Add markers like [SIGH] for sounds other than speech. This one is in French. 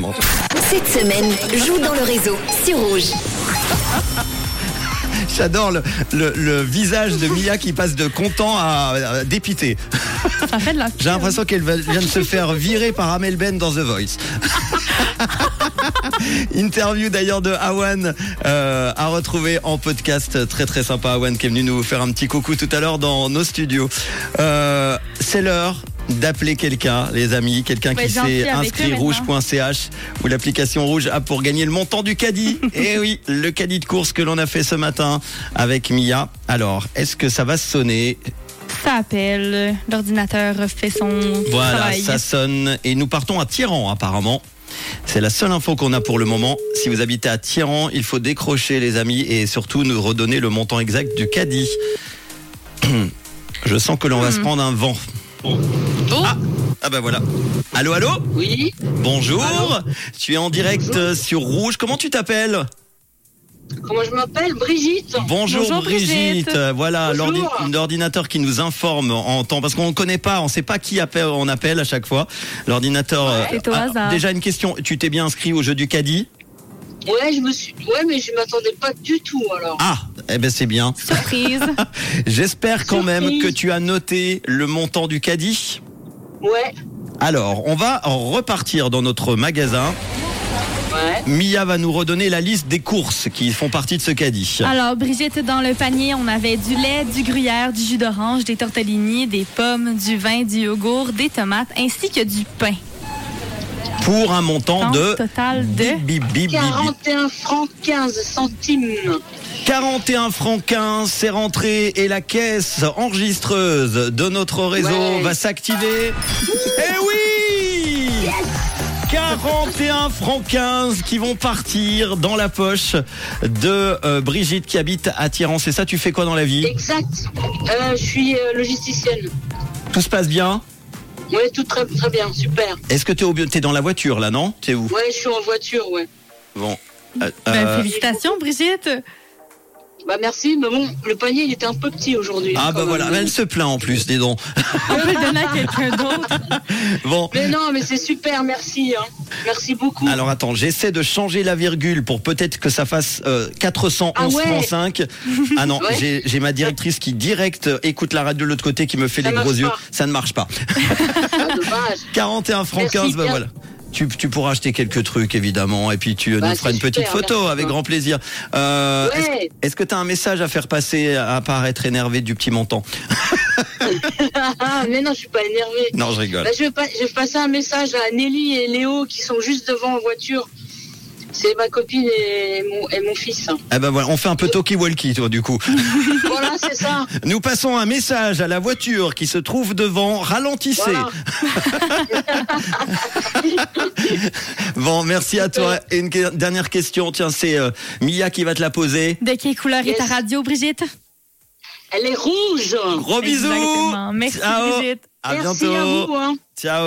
monte. Cette semaine, joue dans le réseau sur Rouge. J'adore le, le- le visage de Mia qui passe de content à, à dépité. Ça fait de la J'ai l'impression qu'elle va- vient de se faire virer par Amel Ben dans The Voice. [LAUGHS] Interview d'ailleurs de Awan euh, à retrouver en podcast. Très très sympa Awan qui est venu nous faire un petit coucou tout à l'heure dans nos studios. Euh, C'est l'heure d'appeler quelqu'un, les amis, quelqu'un va qui être gentil s'est avec eux inscrit maintenant. rouge.ch ou l'application rouge a pour gagner le montant du [LAUGHS] caddie. Et oui, le caddie de course que l'on a fait ce matin avec Mia. Alors, est-ce que ça va sonner Ça appelle, l'ordinateur fait son Voilà, travail. ça sonne. Et nous partons à Tiran, apparemment. C'est la seule info qu'on a pour le moment. Si vous habitez à Tiran, il faut décrocher, les amis, et surtout nous redonner le montant exact du caddie. [CLEARS THROAT] Je sens que l'on va se prendre un vent. Oh. Ah, ah bah voilà. Allô, allô Oui, Bonjour. Tu es en direct euh, sur Rouge. Comment tu t'appelles comment je m'appelle Brigitte. Bonjour, Bonjour, Brigitte. Brigitte. Euh, Voilà, Bonjour. l'ordi- l'ordinateur qui nous informe en temps, parce qu'on ne connaît pas, on ne sait pas qui appelle, on appelle à chaque fois. L'ordinateur. euh, C'est au ah, hasard. déjà une question. Tu t'es bien inscrit au jeu du caddie Ouais, je me suis. Ouais, mais je m'attendais pas du tout alors. Ah, eh ben c'est bien. [LAUGHS] Surprise. J'espère quand même Surprise. que tu as noté le montant du caddie. Ouais, Alors, on va repartir dans notre magasin. ouais. Mia va nous redonner la liste des courses qui font partie de ce caddie. Alors, Brigitte, dans le panier, on avait du lait, du gruyère, du jus d'orange, des tortellini, des pommes, du vin, du yogourt, des tomates, ainsi que du pain. Pour un montant Temps de total de... Bip, bip, bip, bip, bip. 41 francs 15 centimes. 41 francs 15, c'est rentré et la caisse enregistreuse de notre réseau Ouais. va s'activer. Eh oui 41 francs 15 qui vont partir dans la poche de euh, Brigitte qui habite à Tiran. C'est ça, tu fais quoi dans la vie Exact. Euh, je suis euh, logisticienne. Tout se passe bien Ouais, tout très, très bien, super. Est-ce que t'es au bio- t'es dans la voiture là, non T'es où Ouais, je suis en voiture, ouais. Bon. Euh, Ben, euh, félicitations, Brigitte. Bah merci, mais bon, le panier il était un peu petit aujourd'hui. ah quand bah même. voilà, elle se plaint en plus, dis donc. On peut le donner à quelqu'un d'autre. Bon. Mais non, mais c'est super, merci. hein. Merci beaucoup. Alors attends, j'essaie de changer la virgule pour peut-être que ça fasse euh, 411 Ah ouais. francs 5. Ah non, [LAUGHS] Ouais. j'ai- j'ai ma directrice qui direct euh, écoute la radio de l'autre côté qui me fait Ça les gros marche yeux. pas. Ça ne marche pas. Ah, dommage. [LAUGHS] 41 francs Merci, 15, ben bien. voilà. Tu, tu pourras acheter quelques trucs évidemment et puis tu euh, Bah, nous feras c'est une petite super, photo merci, avec hein. grand plaisir. Euh, Est-ce Ouais. est-ce que tu as un message à faire passer à part être énervé du petit montant Ah, mais non, je suis pas énervée. Non, je rigole. Bah, je, vais pas- je vais passer un message à Nelly et Léo qui sont juste devant en voiture. C'est ma copine et mon, et mon fils. Eh ben voilà, on fait un peu talkie-walkie toi du coup. voilà, [LAUGHS] c'est ça. Nous passons un message à la voiture qui se trouve devant. Ralentissez. Voilà. Bon, merci à toi. Et une que- dernière question, tiens, c'est euh, Mia qui va te la poser. De quelle couleur est ta Yes. radio, Brigitte? Elle est rouge. Gros bisous. Exactement. Merci, Ciao. Brigitte. À Merci bientôt. à vous. hein. Ciao.